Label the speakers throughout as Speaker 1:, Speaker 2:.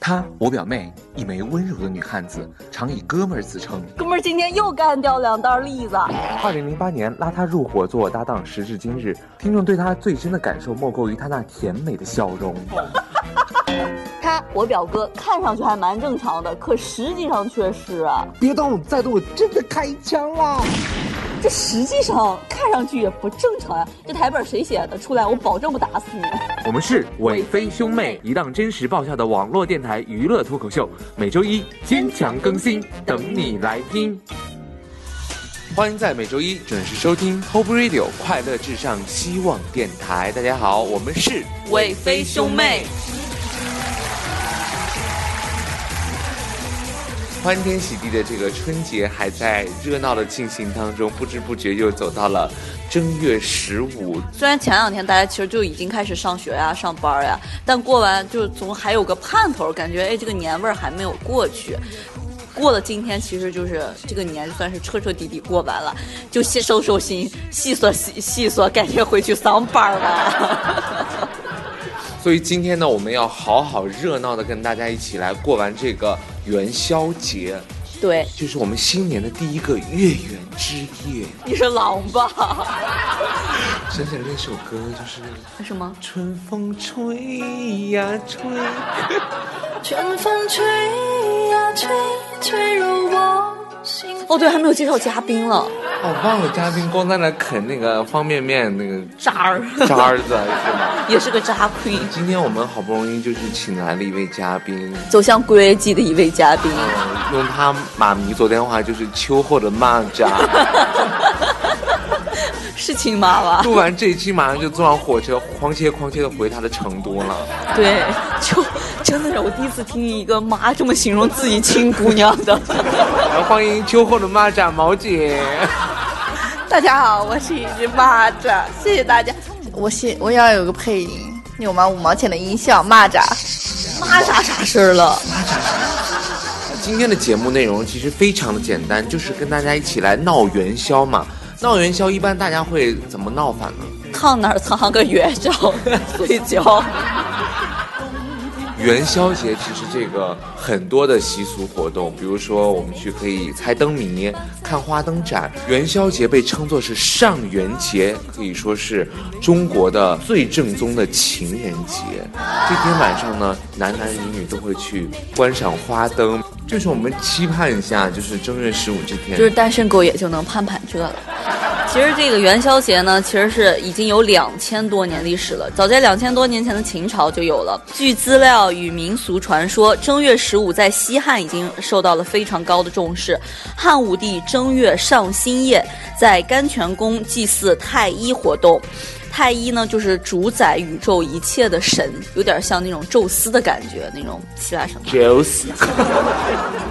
Speaker 1: 她，我表妹，一枚温柔的女汉子，常以哥们儿自称。
Speaker 2: 哥们儿今天又干掉两袋栗子，
Speaker 1: 二零零八年拉她入伙做我搭档，时至今日，听众对她最深的感受莫过于她那甜美的笑容。
Speaker 2: 他我表哥看上去还蛮正常的，可实际上却是啊，
Speaker 3: 别动，再动我真的开枪啦！
Speaker 2: 这实际上看上去也不正常呀、这台本谁写的？出来我保证不打死你。
Speaker 1: 我们是伟飞兄妹，一档真实爆笑的网络电台娱乐脱口秀，每周一坚强更新，等你来听。欢迎在每周一准时收听 Hope Radio 快乐至上希望电台。大家好，我们是
Speaker 4: 伟飞兄妹，
Speaker 1: 欢天喜地的这个春节还在热闹的进行当中，不知不觉又走到了正月十五。
Speaker 4: 虽然前两天大家其实就已经开始上学呀、上班呀、啊但过完就总还有个盼头，感觉哎这个年味儿还没有过去。过了今天，其实就是这个年算是彻彻底底过完了，就先收收心，细索细细索，改天回去上班儿 啊吧。
Speaker 1: 所以今天呢，我们要好好热闹的跟大家一起来过完这个元宵节，
Speaker 4: 对，
Speaker 1: 这是我们新年的第一个月圆之夜。
Speaker 4: 你是狼吧？
Speaker 1: 想起来那首歌就是
Speaker 4: 为什么？
Speaker 1: 春风吹呀吹，
Speaker 5: 春风吹呀吹，吹入我心。
Speaker 4: 哦，对，还没有介绍嘉宾了，
Speaker 1: 哦，忘了嘉宾光在那啃那个方便面那个
Speaker 4: 渣儿，
Speaker 1: 渣儿子啊是吗？
Speaker 4: 也是个渣 queen。
Speaker 1: 今天我们好不容易就是请来了一位嘉宾，
Speaker 4: 走向归寂的一位嘉宾。
Speaker 1: 呃用他妈咪昨天话就是秋后的蚂蚱。
Speaker 4: 是亲妈妈，
Speaker 1: 录完这一期，马上就坐上火车，哐切哐切的回他的成都了。
Speaker 4: 对，就真的是我第一次听一个妈这么形容自己亲姑娘的。
Speaker 1: 来，欢迎秋后的蚂蚱毛姐。
Speaker 6: 大家好，我是一只蚂蚱，谢谢大家。我希我要有个配音，有吗？五毛钱的音效，蚂蚱，
Speaker 4: 妈啥啥事儿了？
Speaker 1: 今天的节目内容其实非常的简单，就是跟大家一起来闹元宵嘛。闹元宵一般大家会怎么闹法呢？
Speaker 4: 炕哪儿藏个元宵睡觉？
Speaker 1: 元宵节其实这个很多的习俗活动，比如说我们去可以猜灯谜、看花灯展。元宵节被称作是上元节，可以说是中国的最正宗的情人节。这天晚上呢，男男女女都会去观赏花灯，就是我们期盼一下，就是正月十五这天。
Speaker 4: 就是单身狗也就能盼盼这了。其实这个元宵节呢，其实是已经有两千多年历史了。早在两千多年前的秦朝就有了。据资料与民俗传说，正月十五在西汉已经受到了非常高的重视。汉武帝正月上新夜，在甘泉宫祭祀太一活动。太一呢，就是主宰宇宙一切的神，有点像那种宙斯的感觉，那种希腊神话。
Speaker 1: Juice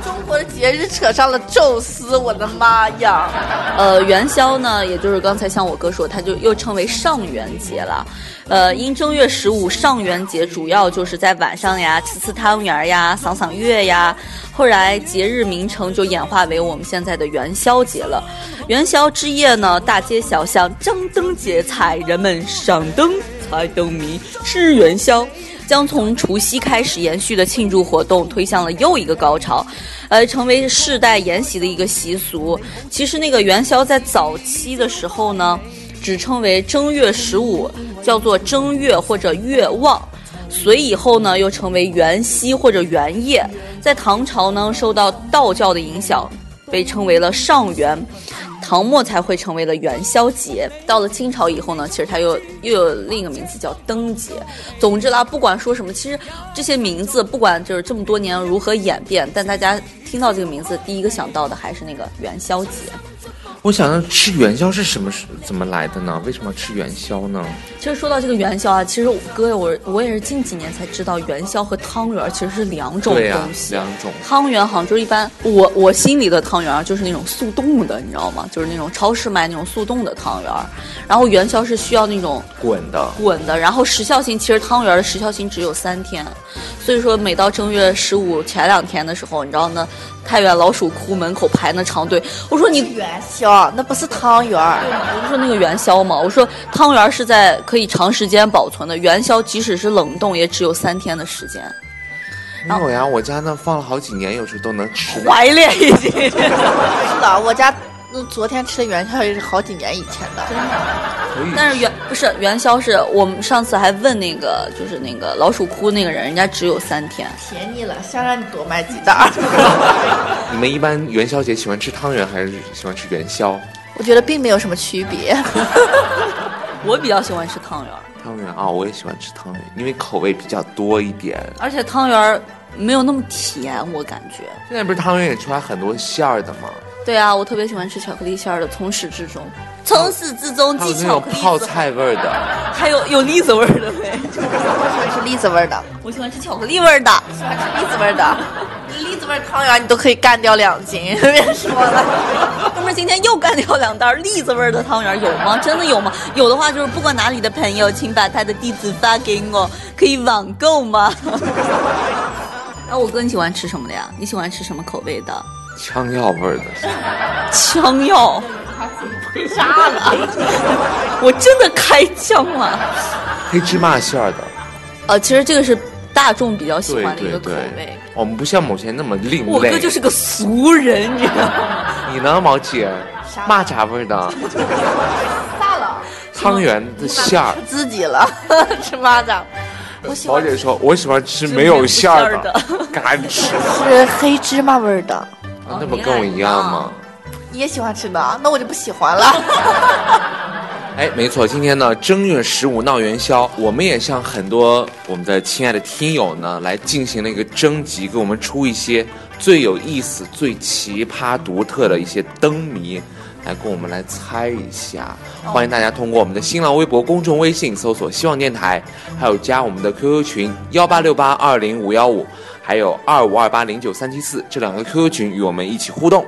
Speaker 6: 中国的节日扯上了宙斯，我的妈呀！
Speaker 4: 呃，元宵呢，也就是刚才像我哥说，它就又称为上元节了。呃，因正月十五上元节主要就是在晚上呀，吃吃汤圆呀，赏赏月呀。后来节日名称就演化为我们现在的元宵节了。元宵之夜呢，大街小巷张灯结彩，人们赏灯、猜灯谜、吃元宵。将从除夕开始延续的庆祝活动推向了又一个高潮，呃，成为世代沿袭的一个习俗。其实那个元宵在早期的时候呢，只称为正月十五，叫做正月或者月望。隋以后呢，又成为元夕或者元夜。在唐朝呢，受到道教的影响，被称为了上元。唐末才会成为了元宵节，到了清朝以后呢，其实它又又有另一个名字叫灯节。总之啦，不管说什么，其实这些名字不管就是这么多年如何演变，但大家听到这个名字，第一个想到的还是那个元宵节。
Speaker 1: 我想要吃元宵是什么是怎么来的呢？为什么要吃元宵呢？
Speaker 4: 其实说到这个元宵啊，其实我哥我我也是近几年才知道，元宵和汤圆儿其实是两种
Speaker 1: 对呀、
Speaker 4: 东西。
Speaker 1: 两种。
Speaker 4: 汤圆好像就是一般，我我心里的汤圆儿就是那种速冻的，你知道吗？就是那种超市卖那种速冻的汤圆儿，然后元宵是需要那种
Speaker 1: 滚的，
Speaker 4: 滚的，然后时效性其实汤圆儿的时效性只有三天，所以说每到正月十五前两天的时候，你知道那太原老鼠窟门口排那长队，我说你
Speaker 6: 元宵那不是汤圆儿，
Speaker 4: 我不是说那个元宵嘛，我说汤圆儿是在可以长时间保存的，元宵即使是冷冻也只有三天的时间。
Speaker 1: 没有呀，我家那放了好几年，有时候都能吃呢。
Speaker 4: 怀恋已经。
Speaker 6: 是的，我家嗯昨天吃的元宵也是好几年以前的。
Speaker 1: 可以
Speaker 4: 但是元不是元宵是我们上次还问那个就是那个老鼠窟那个人，人家只有三天。
Speaker 6: 便宜了，想让你多买几袋儿。
Speaker 1: 你们一般元宵节喜欢吃汤圆还是喜欢吃元宵？
Speaker 6: 我觉得并没有什么区别。
Speaker 4: 我比较喜欢吃汤圆儿，
Speaker 1: 汤圆啊、我也喜欢吃汤圆，因为口味比较多一点。
Speaker 4: 而且汤圆儿没有那么甜，我感觉。
Speaker 1: 现在不是汤圆也出来很多馅儿的吗？
Speaker 4: 对啊，我特别喜欢吃巧克力馅儿的，从始至终，从始至终
Speaker 1: 还有
Speaker 4: 既
Speaker 1: 那种
Speaker 4: 巧克力
Speaker 1: 泡
Speaker 4: 子
Speaker 1: 菜味儿的，
Speaker 4: 还有有栗子味儿的呗。
Speaker 6: 我喜欢吃栗子味儿的，
Speaker 4: 我喜欢吃巧克力味儿的。
Speaker 6: 喜欢吃栗子味儿的，栗子味儿汤圆你都可以干掉两斤， 别说了。
Speaker 4: 哥们儿今天又干掉两袋栗子味儿的汤圆，有吗？真的有吗？有的话就是不管哪里的朋友，请把他的地址发给我，可以网购吗？ 那我哥你喜欢吃什么的呀？你喜欢吃什么口味的？
Speaker 1: 枪药味儿的。
Speaker 4: 枪药， 杀了！ 我真的开枪了。
Speaker 1: 黑芝麻馅儿的，
Speaker 4: 呃，其实这个是大众比较喜
Speaker 1: 对
Speaker 4: 欢的一
Speaker 1: 对
Speaker 4: 个口
Speaker 1: 对
Speaker 4: 味。，
Speaker 1: 我们不像某些那么另
Speaker 4: 我哥
Speaker 1: 类。
Speaker 4: 就是个俗人，你知道吗？
Speaker 1: 你呢，毛姐？蚂蚱味儿的，
Speaker 6: 大佬，
Speaker 1: 汤圆的馅儿。
Speaker 6: 自己了， 吃蚂蚱。我喜
Speaker 1: 毛
Speaker 6: 欢
Speaker 1: 姐说：“我喜欢吃没有馅儿的， 敢吃。
Speaker 6: 吃黑芝麻味儿的，
Speaker 4: 哦
Speaker 1: 啊”那不跟我一样吗？
Speaker 6: 你也喜欢吃的，那我就不喜欢 了。
Speaker 1: 哎，没错，今天呢，正月十五闹元宵，我们也向很多我们的亲爱的听友呢，来进行了一个征集，给我们出一些最有意思、最奇葩、独特的一些灯谜，来跟我们来猜一下。欢迎大家通过我们的新浪微博、公众微信搜索“希望电台”，还有加我们的 QQ 群幺八六八二零五幺五，还有二五二八零九三七四这两个 QQ 群与我们一起互动。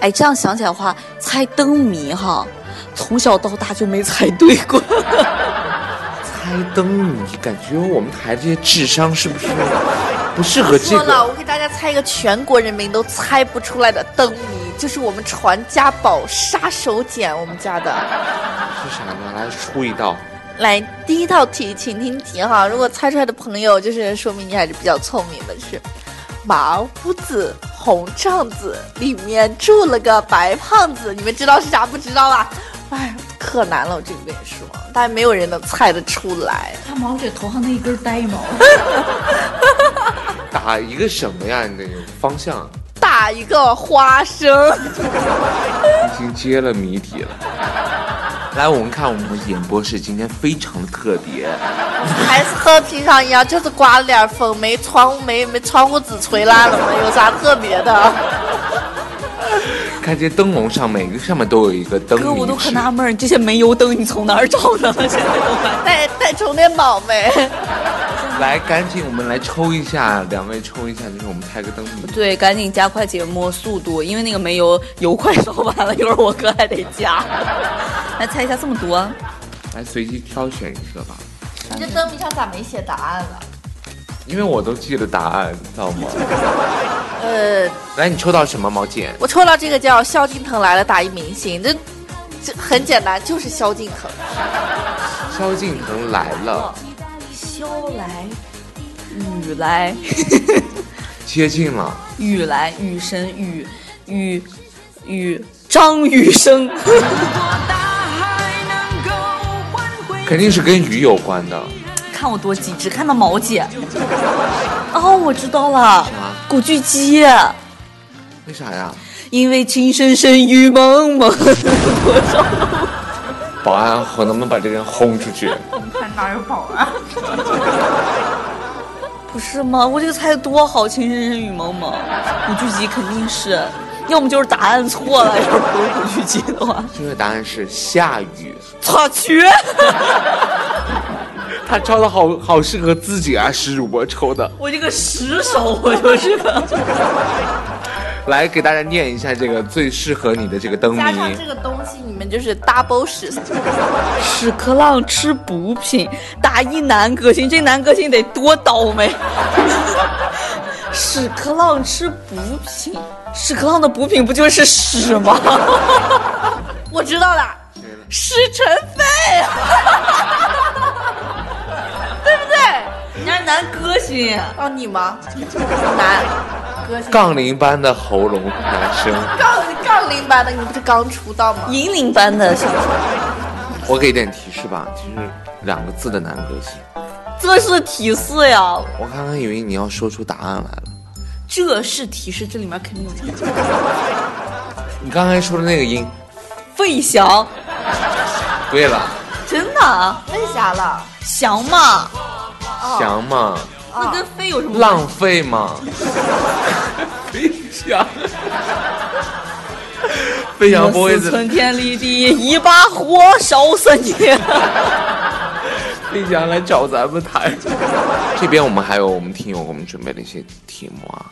Speaker 4: 哎，这样想起来的话，猜灯谜哈，从小到大就没猜对过。
Speaker 1: 猜灯谜，感觉我们台这些智商是不是不适合这
Speaker 6: 说
Speaker 1: 个？
Speaker 6: 了，我给大家猜一个全国人民都猜不出来的灯谜，就是我们传家宝杀手锏，我们家的。
Speaker 1: 是啥呢？来出一道，
Speaker 6: 来，第一道题，请听题哈。如果猜出来的朋友，就是说明你还是比较聪明的。是麻屋子、红帐子里面住了个白胖子，你们知道是啥？不知道啊？哎，可难了，我这个跟你说，但没有人能猜得出来。
Speaker 4: 他毛姐头上那一根呆毛，
Speaker 1: 打一个什么呀？你的方向
Speaker 6: 打一个花生，
Speaker 1: 已经揭了谜底了。来，我们看我们的演播室今天非常的特别，
Speaker 6: 还是和平常一样，就是刮了点风，没窗户没没窗户纸吹烂了嘛，有啥特别的？
Speaker 1: 看这灯笼上每个上面都有一个灯谜
Speaker 4: 哥我都
Speaker 1: 纸
Speaker 4: 可纳闷儿，这些煤油灯你从哪儿找的？现在都买。
Speaker 6: 带带充电宝没？
Speaker 1: 来，赶紧我们来抽一下，两位抽一下，就是我们猜个灯谜。
Speaker 4: 对，赶紧加快节目速度，因为那个煤油油快烧完了，一会儿我哥还得加。 来猜一下这么多啊，
Speaker 1: 来随机挑选一个吧，
Speaker 6: 你这灯谜上咋没写答案了？
Speaker 1: 因为我都记得答案，你知道吗？
Speaker 6: 呃，
Speaker 1: 来，你抽到什么，毛姐？
Speaker 6: 我抽到这个叫萧敬腾来了打一明星，这这很简单，就是萧敬腾。
Speaker 1: 萧敬腾来了。
Speaker 4: 萧来，雨来，
Speaker 1: 接近了，
Speaker 4: 雨来，雨神，雨雨雨，张雨生。
Speaker 1: 肯定是跟雨有关的。
Speaker 4: 看我多机智，看到毛姐。哦，我知道了，古巨基，
Speaker 1: 为啥呀？
Speaker 4: 因为情深深雨蒙蒙。
Speaker 1: 保安，我能不能把这个人轰出去？
Speaker 4: 不是吗？我这个猜的多好，情深深雨蒙蒙，古巨基肯定是，要么就是答案错了，要不是古巨基的话，
Speaker 1: 正确答案是下雨。
Speaker 4: 我去，
Speaker 1: 他抄的好好适合自己啊，是我抽的。
Speaker 4: 我这个实手，我就是个。
Speaker 1: 来给大家念一下这个最适合你的这个灯
Speaker 6: 加上
Speaker 1: 谜
Speaker 6: 这。个东西，你们就是 double 使。
Speaker 4: 屎壳郎吃补品，打一男歌星，这男歌星得多倒霉。 屎壳郎吃补品，屎壳郎的补品不就是屎吗？
Speaker 6: 我知道了，
Speaker 4: 是啊陈飞，对不对？人家男歌星，
Speaker 6: 啊，你吗？ 男，歌星，
Speaker 1: 杠铃般的喉咙男生，
Speaker 6: 杠杠铃般的，你不是刚出道吗？
Speaker 4: 银铃般的小说，
Speaker 1: 我给点提示吧，提示两个字的男歌星。
Speaker 4: 这是提示呀，
Speaker 1: 我刚刚以为你要说出答案来了，
Speaker 4: 这是提示，这里面肯定有提示。
Speaker 1: 你刚才说的那个音，
Speaker 4: 费翔，
Speaker 1: 对了，
Speaker 4: 真的啊
Speaker 6: 问啥了？
Speaker 4: 翔嘛，
Speaker 1: 翔嘛，
Speaker 4: 那跟飞有什么关系？
Speaker 1: 浪费嘛，飞翔，飞翔不会
Speaker 4: 我是
Speaker 1: 是
Speaker 4: 存天立地，一把火烧身体。
Speaker 1: 飞翔来找咱们谈。这边我们还有我们听友给我们准备的一些题目啊，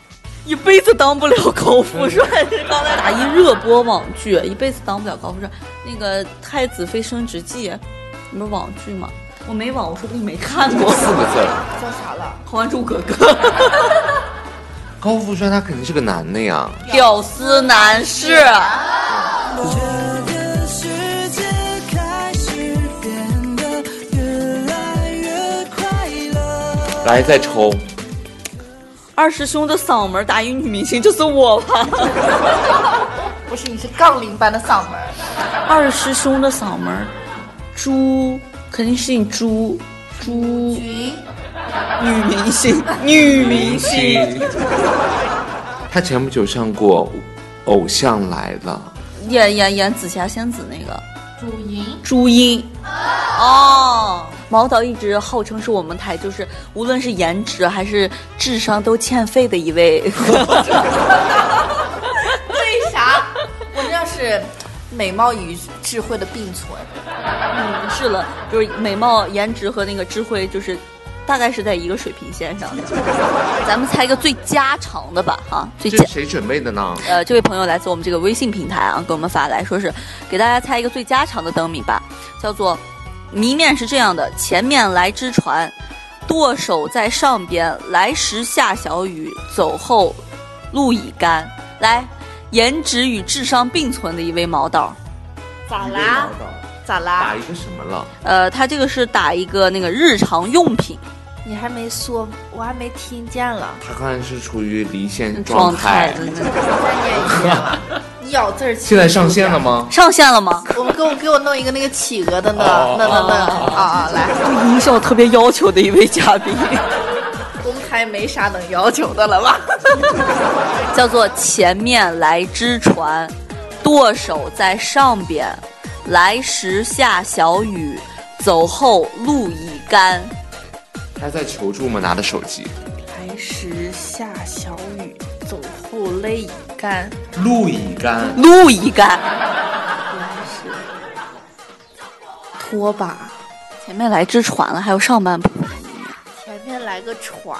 Speaker 4: 一辈子当不了高富帅。刚才打一热播网剧，一辈子当不了高富帅。那个《太子妃升职记》，你们网剧吗？我没网，我说不定没看过
Speaker 1: 四个字儿，
Speaker 6: 叫啥了？
Speaker 4: 《还珠格格》。
Speaker 1: 高富帅他肯定是个男的呀。
Speaker 4: 屌丝男士，
Speaker 6: 啊
Speaker 5: 这个世界开始变得越来越快乐。
Speaker 1: 来，再抽，
Speaker 4: 二师兄的嗓门打一女明星就是我吧？
Speaker 6: 不是，你是杠铃般的嗓门儿。
Speaker 4: 二师兄的嗓门，朱肯定是你朱朱
Speaker 6: 云，
Speaker 4: 女明星，女明星
Speaker 1: 他前不久上过《偶像来了》。
Speaker 4: 演演演紫霞仙子那个。
Speaker 6: 主营，
Speaker 4: 朱茵。哦，毛导一直号称是我们台就是无论是颜值还是智商都欠费的一位。
Speaker 6: 为啥？我那是美貌与智慧的并存。
Speaker 4: 嗯，是了，就是美貌、颜值和那个智慧就是。大概是在一个水平线上的，咱们猜一个最家常的吧，啊，最
Speaker 1: 这
Speaker 4: 家
Speaker 1: 是谁准备的呢？
Speaker 4: 呃，这位朋友来自我们这个微信平台啊，给我们发来说是给大家猜一个最家常的灯谜吧，叫做谜面是这样的：前面来只船，舵手在上边，来时下小雨，走后路已干。来，颜值与智商并存的一位毛导，
Speaker 6: 咋
Speaker 1: 啊
Speaker 6: 啦？咋啦
Speaker 1: 打？一个什么了？
Speaker 4: 呃，他这个是打一个那个日常用品
Speaker 6: 你还没说，我还没听见了。
Speaker 1: 他刚才是处于离线状
Speaker 4: 状
Speaker 1: 态。
Speaker 4: 的那
Speaker 6: 再念一遍，你咬字儿。
Speaker 1: 现在上线了？吗？
Speaker 4: 上线了吗？
Speaker 6: 我们给我给我弄一个那个企鹅的呢，
Speaker 1: 哦
Speaker 6: 那那那
Speaker 4: 哦哦
Speaker 6: 啊啊！来，
Speaker 4: 音效特别要求的一位嘉宾。
Speaker 6: 我们台没啥能要求的了吧？
Speaker 4: 叫做前面来只船，舵手在上边，来时下小雨，走后路已干。
Speaker 1: 他在求助吗？拿的手机。
Speaker 6: 来时下小雨，走后泪已干。
Speaker 1: 路已干，
Speaker 4: 路已干，
Speaker 6: 拖把，
Speaker 4: 前面来只船了，还有上半部分。
Speaker 6: 前面来个船，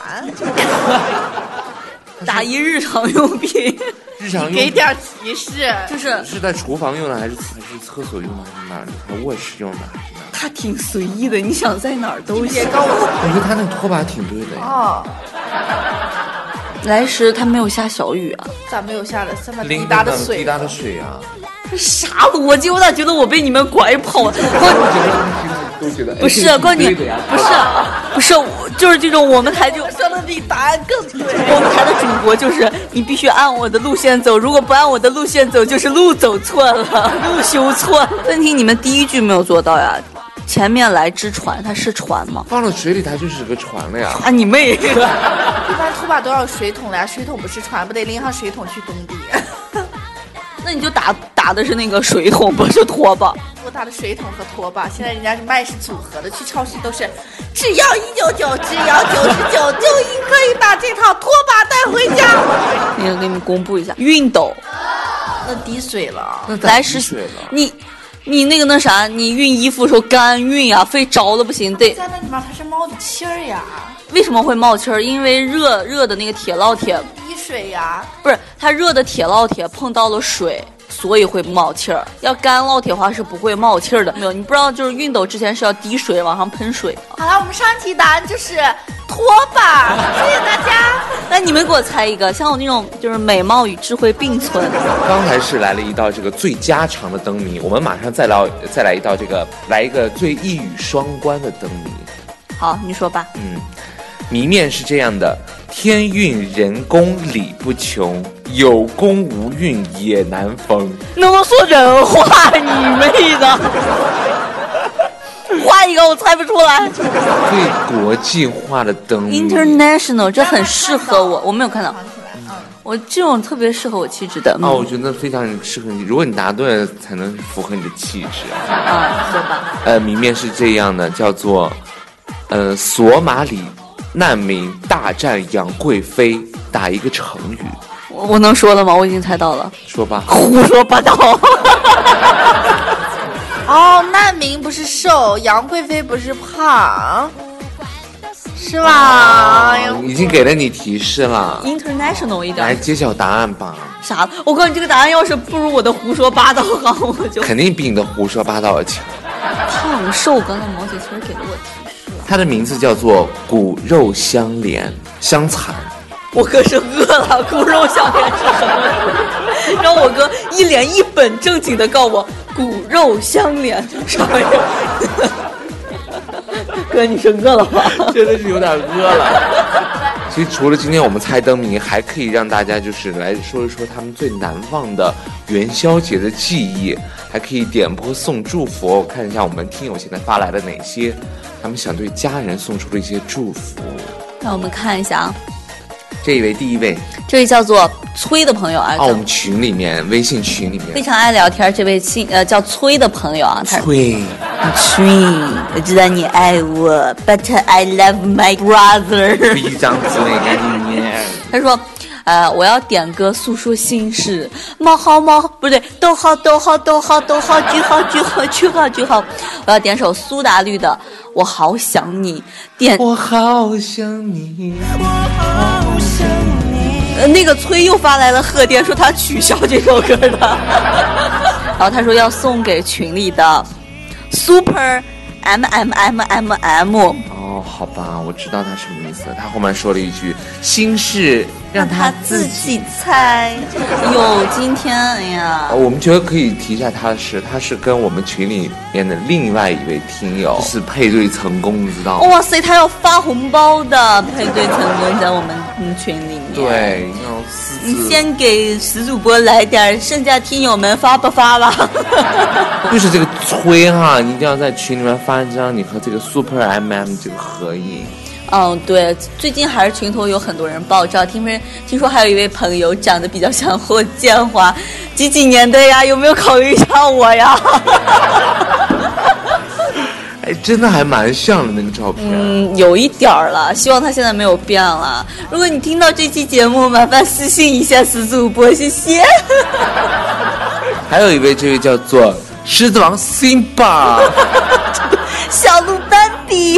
Speaker 4: 打一日常用品，
Speaker 1: 日常用
Speaker 6: 给点儿提示。
Speaker 4: 就是
Speaker 1: 是在厨房用的，还是还是厕所用的，还是哪儿的？还是卧室用的？还是哪儿
Speaker 4: 它挺随意的，你想在哪儿都行
Speaker 6: 别。告我
Speaker 1: 我觉得他那个拖把挺对的呀。
Speaker 6: 哦，
Speaker 4: 来时它没有下小雨啊，
Speaker 6: 咋没有下来？三百
Speaker 1: 拎
Speaker 6: 哦滴
Speaker 1: 着
Speaker 6: 答的
Speaker 1: 呢滴
Speaker 6: 水，
Speaker 1: 答的水啊！
Speaker 4: 这啥逻辑？我咋觉得我被你们拐 跑了？我
Speaker 1: 都觉得哎
Speaker 4: 不是
Speaker 1: 这个
Speaker 4: 关键，
Speaker 1: 对的呀
Speaker 4: 不是不是，我就是这种我们台就
Speaker 6: 说的比答案更对。
Speaker 4: 我们台的主播就是你必须按我的路线走，如果不按我的路线走，就是路走错了，路修错了。问题你们第一句没有做到呀，前面来只船，它是船吗？
Speaker 1: 放到水里，它就是个船了呀。
Speaker 4: 啊你妹！
Speaker 6: 一般拖把都要水桶了呀，水桶不是船，不得拎上水桶去工地。
Speaker 4: 那你就打打的是那个水桶，不是拖把。
Speaker 6: 我打的水桶和拖把，现在人家是卖是组合的，去超市都是只要一九九，只要九十九，就一可以把这套拖把带回家。
Speaker 4: 那个给你们公布一下，熨斗
Speaker 6: 那滴水了，
Speaker 1: 那咋
Speaker 4: 来
Speaker 1: 滴
Speaker 4: 时
Speaker 1: 水了，
Speaker 4: 你你那个那啥，你熨衣服的时候干熨呀，非着了不行，得
Speaker 6: 在那里面它是冒的气儿呀，
Speaker 4: 为什么会冒气儿？因为热热的那个铁烙铁
Speaker 6: 滴水呀，
Speaker 4: 不是，它热的铁烙铁碰到了水，所以会冒气儿。要干烙铁花是不会冒气儿的。没有，你不知道，就是熨斗之前是要滴水往上喷水的。啊
Speaker 6: 好了，我们上一题答案就是拖把，谢谢大家。
Speaker 4: 那你们给我猜一个，像我那种就是美貌与智慧并存，
Speaker 1: 刚才是来了一道这个最家常的灯谜，我们马上再来再来一道这个来一个最一语双关的灯谜。
Speaker 4: 好，你说吧。
Speaker 1: 嗯，谜面是这样的：天运人工理不穷，有功无运也难逢。
Speaker 4: 能不能说人话？你妹的！画一个我猜不出来。
Speaker 1: 最国际化的灯谜
Speaker 4: International，这很适合我，我没有看到。我这种特别适合我气质的。嗯
Speaker 1: 哦，我觉得非常适合你。如果你答对了，才能符合你的气质。
Speaker 4: 嗯啊，对吧？
Speaker 1: 呃，谜面是这样的，叫做，呃，索马里难民大战杨贵妃，打一个成语，
Speaker 4: 我我能说的吗？我已经猜到了，
Speaker 1: 说吧。
Speaker 4: 胡说八道。
Speaker 6: 哦，难民不是瘦，杨贵妃不是胖，是吧？哎呦
Speaker 1: 已经给了你提示了，
Speaker 4: International 一
Speaker 1: 来
Speaker 4: 点
Speaker 1: 揭晓答案吧。
Speaker 4: 啥？我告诉你，这个答案要是不如我的胡说八道好， 我就
Speaker 1: 肯定比你的胡说八道要强。
Speaker 4: 胖瘦。刚才毛姐其实给了我提示，
Speaker 1: 它的名字叫做骨肉相连相 残。
Speaker 4: 我哥是饿了，骨肉相连是什 么？然后我哥一脸一本正经的告我骨肉相连什么呀？ 哥，你是饿了吧？
Speaker 1: 真的是有点饿了。其实除了今天我们猜灯谜，还可以让大家就是来说一说他们最难忘的元宵节的记忆，还可以点播送祝福。我看一下我们听友现在发来了哪些，他们想对家人送出的一些祝福。
Speaker 4: 让我们看一下啊，
Speaker 1: 这一位第一 位，
Speaker 4: 这位叫做崔的朋友啊，
Speaker 1: 哦，我们群里面微信群里
Speaker 4: 非
Speaker 1: 面，
Speaker 4: 常爱聊天。这位姓呃叫崔的朋友啊，他
Speaker 1: 崔，
Speaker 4: 崔，我知道你爱我，But I love my brother
Speaker 1: 第。一张嘴赶紧 念。
Speaker 4: 他说，呃，我要点歌诉说心事。冒号冒号不对，逗号逗号逗号逗号句号句号句号句号。我要点首苏打绿的《我好想你》。点
Speaker 1: 我好想你。啊
Speaker 5: 好想你。
Speaker 4: 呃，那个崔又发来了贺电，说他取消这首歌的， 然后他说要送给群里的 Super M M M M M，
Speaker 1: 哦，好吧，我知道他什么意思了。他后面说了一句：“心事让他自己。
Speaker 4: 己猜。哟，今天哎呀
Speaker 1: 呃，我们觉得可以提一下他的事，他是跟我们群里面的另外一位听友哦是配对成功，你知道吗？
Speaker 4: 哇塞，他要发红包的配对成功在我们嗯群里面。，
Speaker 1: 对，要私
Speaker 4: 你
Speaker 1: 自
Speaker 4: 先给石主播来点儿，剩下听友们发不发吧？
Speaker 1: 就是这个催哈，你一定要在群里面发一张你和这个 Super MM 这个合影。
Speaker 4: 嗯，对，最近还是群头有很多人爆照，听说听说还有一位朋友长得比较像霍建华，几几年的呀？有没有考虑一下我呀？
Speaker 1: 哎，真的还蛮像的那个照片。
Speaker 4: 嗯，有一点儿了，希望他现在没有变了。如果你听到这期节目，麻烦私信一下死主播，谢谢。
Speaker 1: 还有一位，这位叫做狮子王 Simba。
Speaker 4: 小鹿斑比，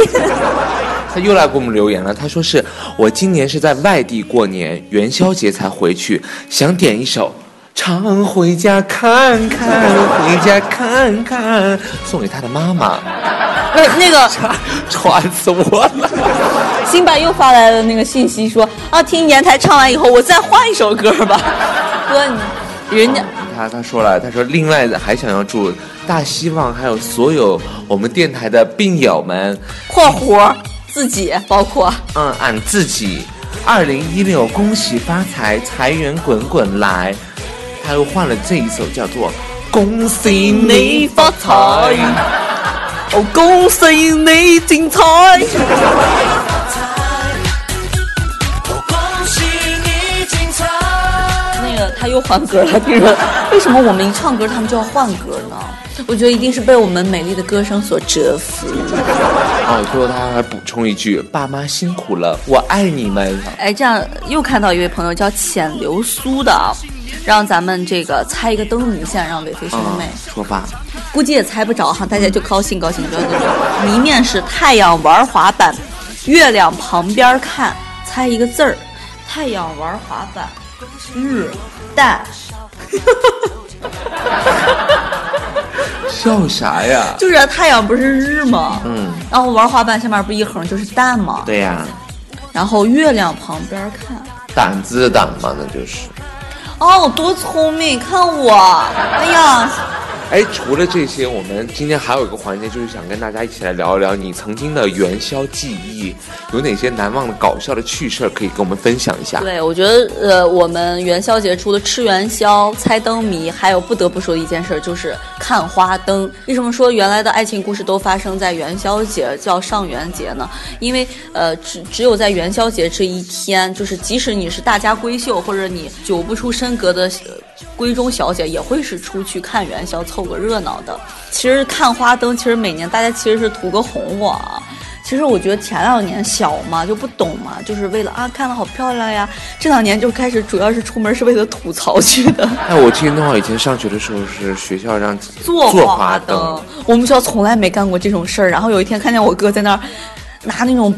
Speaker 1: 他又来给我们留言了，他说是我今年是在外地过年，元宵节才回去，想点一首《常回家看看》，回家看看，送给他的妈妈。
Speaker 4: 不是 那个
Speaker 1: 传死我了！
Speaker 4: 辛巴又发来了那个信息说啊，听年台唱完以后，我再换一首歌吧。 哥，你人家
Speaker 1: 他他说了，他说另外还想要祝大希望还有所有我们电台的病友们，
Speaker 4: （括弧自己包括
Speaker 1: 嗯，俺自己，二零一六恭喜发财，财源滚滚来。他又换了这一首叫做《恭喜你发财》。
Speaker 4: 哦，恭喜你精彩。）
Speaker 5: 恭喜你精彩。
Speaker 4: 那个他又换歌了，听说为什么我们一唱歌他们就要换歌呢？我觉得一定是被我们美丽的歌声所折服。
Speaker 1: 哦，最后他还补充一句：“爸妈辛苦了，我爱你们。
Speaker 4: 哎，这样又看到一位朋友叫浅流苏的啊，让咱们这个猜一个灯谜，先让伟飞兄
Speaker 1: 嗯
Speaker 4: 妹。，
Speaker 1: 说吧，
Speaker 4: 估计也猜不着哈，大家就高兴高兴就那种。谜面是太阳玩滑板，月亮旁边看，猜一个字儿。太阳玩滑板，日蛋，
Speaker 1: 笑啥呀？
Speaker 4: 就是啊太阳不是日吗？
Speaker 1: 嗯，
Speaker 4: 然后玩滑板下面不一横就是蛋吗？
Speaker 1: 对呀、
Speaker 4: 然后月亮旁边看，
Speaker 1: 胆子的胆嘛，那就是。
Speaker 4: 哦，多聪明！看我，哎呀，
Speaker 1: 哎，除了这些，我们今天还有一个环节，就是想跟大家一起来聊一聊你曾经的元宵记忆，有哪些难忘的搞笑的趣事儿可以跟我们分享一下？
Speaker 4: 对，我觉得呃，我们元宵节除了吃元宵、猜灯谜，还有不得不说的一件事儿就是看花灯。为什么说原来的爱情故事都发生在元宵节，叫上元节呢？因为呃，只只有在元宵节这一天，就是即使你是大家闺秀，或者你久不出身格的呃闺中小姐，也会是出去看元宵凑个热闹的。其实看花灯，其实每年大家其实是图个红火啊。其实我觉得前两年小嘛就不懂嘛，就是为了啊看了好漂亮呀。这两年就开始主要是出门是为了吐槽去的，
Speaker 1: 哎，我记得那会儿以前上学的时候是学校让
Speaker 4: 做
Speaker 1: 做
Speaker 4: 花
Speaker 1: 灯，
Speaker 4: 灯。我们学校从来没干过这种事儿。然后有一天看见我哥在那儿拿那种。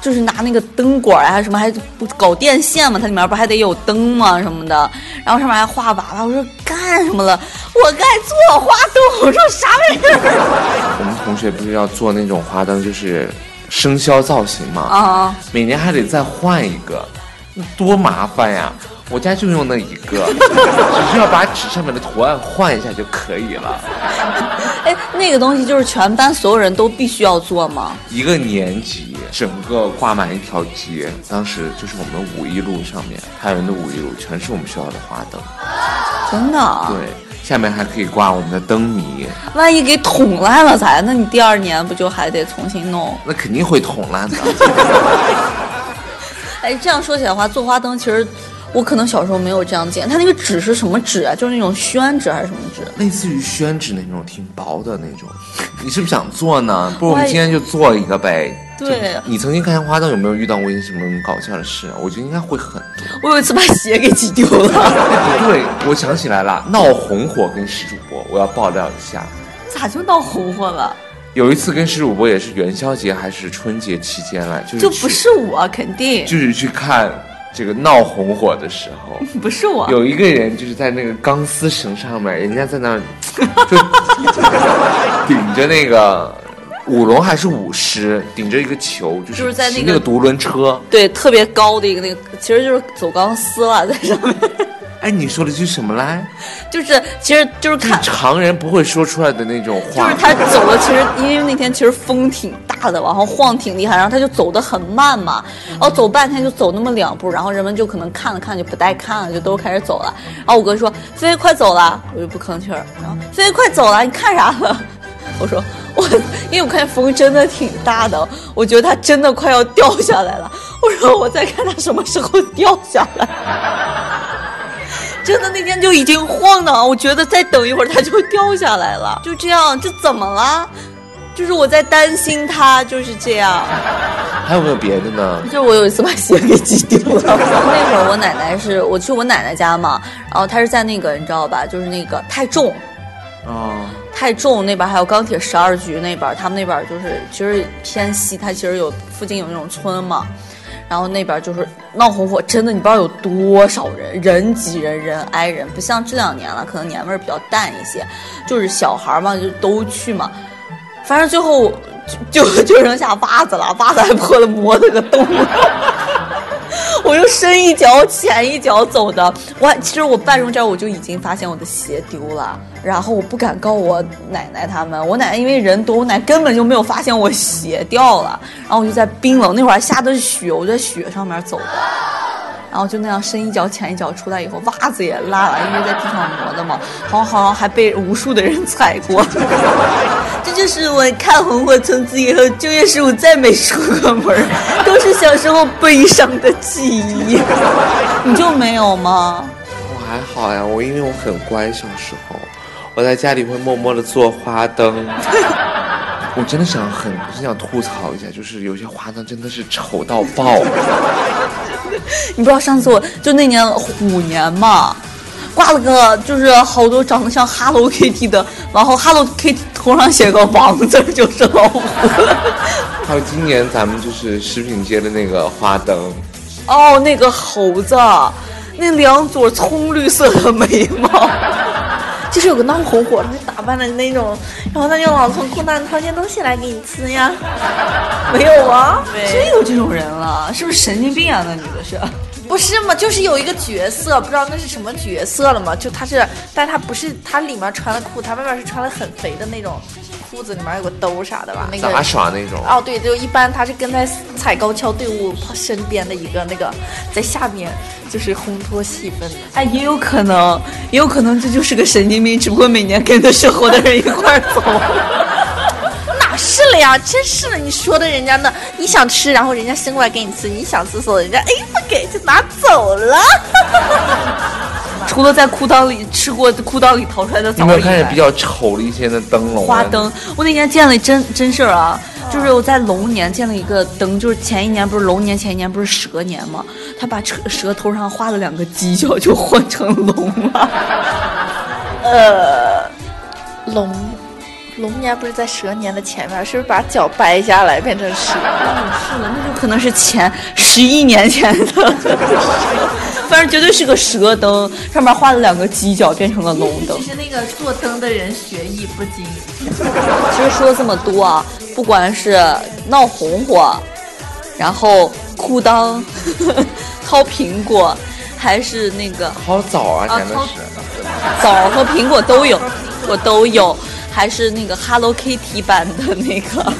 Speaker 4: 就是拿那个灯管啊，什么还不搞电线嘛，它里面不还得有灯嘛什么的，然后上面还画娃娃。我说干什么了？我该做花灯。我说啥玩意儿
Speaker 1: 我们同学不是要做那种花灯，就是生肖造型嘛，
Speaker 4: 啊？
Speaker 1: 每年还得再换一个，那多麻烦呀！我家就用那一 个，只需要把纸上面的图案换一下就可以了。
Speaker 4: 哎，那个东西就是全班所有人都必须要做吗？
Speaker 1: 一个年级，整个挂满一条街。当时就是我们五一路上面，太原的五一路全是我们学校的花灯。
Speaker 4: 真的啊？
Speaker 1: 对，下面还可以挂我们的灯谜，
Speaker 4: 万一给捅烂了咋样？那你第二年不就还得重新弄？
Speaker 1: 那肯定会捅烂的。
Speaker 4: 哎，这样说起来的话，做花灯其实我可能小时候没有这样的经验。它那个纸是什么纸啊？就是那种宣纸还是什么纸？
Speaker 1: 类似于宣纸那种，挺薄的那种。你是不是想做 呢？不如我们
Speaker 4: 我也
Speaker 1: 今天就做一个呗。
Speaker 4: 对
Speaker 1: 就你曾经看花灯有没有遇到过一些什么搞笑的事啊？我觉得应该会很多。
Speaker 4: 我有一次把鞋给挤丢 了，
Speaker 1: 对，我想起来了，闹红火跟石主播，我要爆料一下。
Speaker 4: 咋就闹红火了？
Speaker 1: 有一次跟石主播也是元宵节还是春节期间来，就是
Speaker 4: 就
Speaker 1: 去
Speaker 4: 不是我，肯定
Speaker 1: 就是去看这个闹红火的时候，
Speaker 4: 不是我。
Speaker 1: 有一个人就是在那个钢丝绳上面，人家在那儿 就顶着那个舞龙还是舞狮，顶着一个球，就是
Speaker 4: 就是在那
Speaker 1: 骑
Speaker 4: 个
Speaker 1: 那个独轮车。
Speaker 4: 对，特别高的一个那个，其实就是走钢丝了，在上面，
Speaker 1: 哎，你说了句什么来？
Speaker 4: 就是其实就是
Speaker 1: 就是
Speaker 4: 看，
Speaker 1: 常人不会说出来的那种
Speaker 4: 就
Speaker 1: 话。
Speaker 4: 是他走了，其实因为那天其实风挺大的，往后晃挺厉害，然后他就走得很慢嘛，然后走半天就走那么两步，然后人们就可能看了看就不带看了，就都开始走了。然后我哥说：“菲菲快走了！”我就不吭气儿。然后菲菲快走了，你看啥了？ 我说我，因为我看见风真的挺大的，我觉得它真的快要掉下来了。我说我在看它什么时候掉下来。真的那天就已经晃荡了，我觉得再等一会儿它就会掉下来了， 就这样，这怎么了？就是我在担心它，就是这样。
Speaker 1: 还有没有别的呢？
Speaker 4: 就是我有一次把鞋给挤丢了。 那会儿我奶奶是我去我奶奶家嘛，然后她是在那个你知道吧，就是那个太重，嗯
Speaker 1: 啊、
Speaker 4: 太重那边还有钢铁十二局那边，他们那边就是其实偏西，它其实有附近有那种村嘛，然后那边就是闹红火，真的你不知道有多少人，人挤人，人挨人，不像这两年了，可能年味儿比较淡一些，就是小孩嘛就都去嘛，反正最后就就就剩下袜子了，袜子还破了磨了个洞。我就深一脚浅一脚走的。我还其实我半路这儿我就已经发现我的鞋丢了，然后我不敢告我奶奶他们，我奶奶因为人多，我奶根本就没有发现我鞋掉了。然后我就在冰冷那会儿还下的雪，我在雪上面走的。然后就那样深一脚浅一脚出来以后，袜子也烂了，因为在地上磨的嘛，好像好像还被无数的人踩过。这就是我看《红火村子》以后，九月十五再没出过门儿，都是小时候悲伤的记忆。你就没有吗？
Speaker 1: 我还好呀，我因为我很乖，小时候我在家里会默默的做花 灯。我真的想很很想吐槽一下，就是有些花灯真的是丑到爆。
Speaker 4: 你不知道上次我就那年虎年嘛，挂了个就是好多长得像 Hello Kitty 的，然后 Hello Kitty 头上写个王字儿就是老虎。
Speaker 1: 还有今年咱们就是食品街的那个花灯，
Speaker 4: 哦，那个猴子，那两撮葱绿色的眉毛。
Speaker 6: 就是有个闹红火，他就打扮的那种，然后他就老从裤裆里掏些东西来给你吃呀，没有啊？
Speaker 4: 真有这种人了，是不是神经病啊？那女的是。
Speaker 6: 不不是嘛，就是有一个角色，不知道那是什么角色了嘛，就他是，但他不是，他里面穿了裤，他外面是穿了很肥的那种裤子，里面有个兜啥的吧？那个
Speaker 1: 杂耍那种。
Speaker 6: 哦，对，就一般他是跟在踩高跷队伍身边的一个那个，在下面就是烘托气氛的。
Speaker 4: 哎，也有可能，也有可能这就是个神经病，只不过每年跟着生活的人一块儿走。
Speaker 6: 哪是了呀？真是的，你说的人家呢？你想吃，然后人家生过来给你吃；你想吃的时候，人家哎不给就拿走了。
Speaker 4: 除了在裤裆里吃过裤裆里逃出来的
Speaker 1: 有
Speaker 4: 枣
Speaker 1: 没有
Speaker 4: 以
Speaker 1: 看见
Speaker 4: 外
Speaker 1: 比较丑的一些那灯笼啊？
Speaker 4: 花灯。我那年见了真真事儿啊，就是我在龙年见了一个灯，就是前一年不是龙年，前一年不是蛇年嘛，他把蛇蛇头上画了两个犄角，就换成龙了。
Speaker 6: 龙龙年不是在蛇年的前面，是不是把脚掰下来变成蛇？
Speaker 4: 是的，那就可能是前十一年前的， 反正绝对是个蛇灯，上面画了两个犄角，变成了龙灯。
Speaker 6: 实那个做灯的人学艺不精，
Speaker 4: 其实说了这么多啊，不管是闹红火，然后裤裆 掏苹果，还是那个
Speaker 1: 好早啊，
Speaker 4: 啊
Speaker 1: 真的
Speaker 4: 超
Speaker 1: 是。
Speaker 4: 枣儿和苹果都有，我都有，还是那个 Hello Kitty 版的那个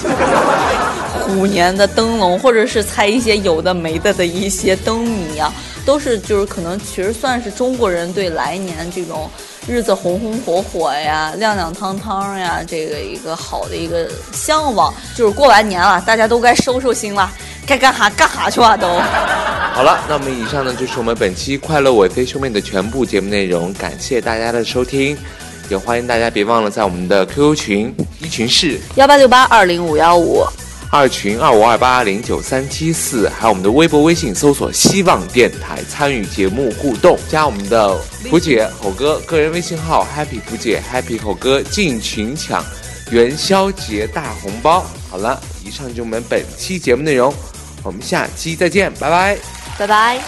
Speaker 4: 虎年的灯笼，或者是猜一些有的没的的一些灯谜啊，都是就是可能其实算是中国人对来年这种日子红红火火呀、亮亮堂堂呀，这个一个好的一个向往。就是过完年了，大家都该收收心了，该干哈干哈去吧都。
Speaker 1: 好了，那么以上呢就是我们本期《快乐我非兄妹》的全部节目内容，感谢大家的收听，也欢迎大家别忘了在我们的 QQ 群，一群是
Speaker 4: 幺八六八二零五幺五。
Speaker 1: 二群二五二八零九三七四，还有我们的微博、微信搜索“希望电台”，参与节目互动，加我们的胡姐、猴哥个人微信号 “happy 胡姐 ”，happy 猴哥，进群抢元宵节大红包。好了，以上就是我们本期节目内容，我们下期再见，拜拜。
Speaker 4: 拜拜。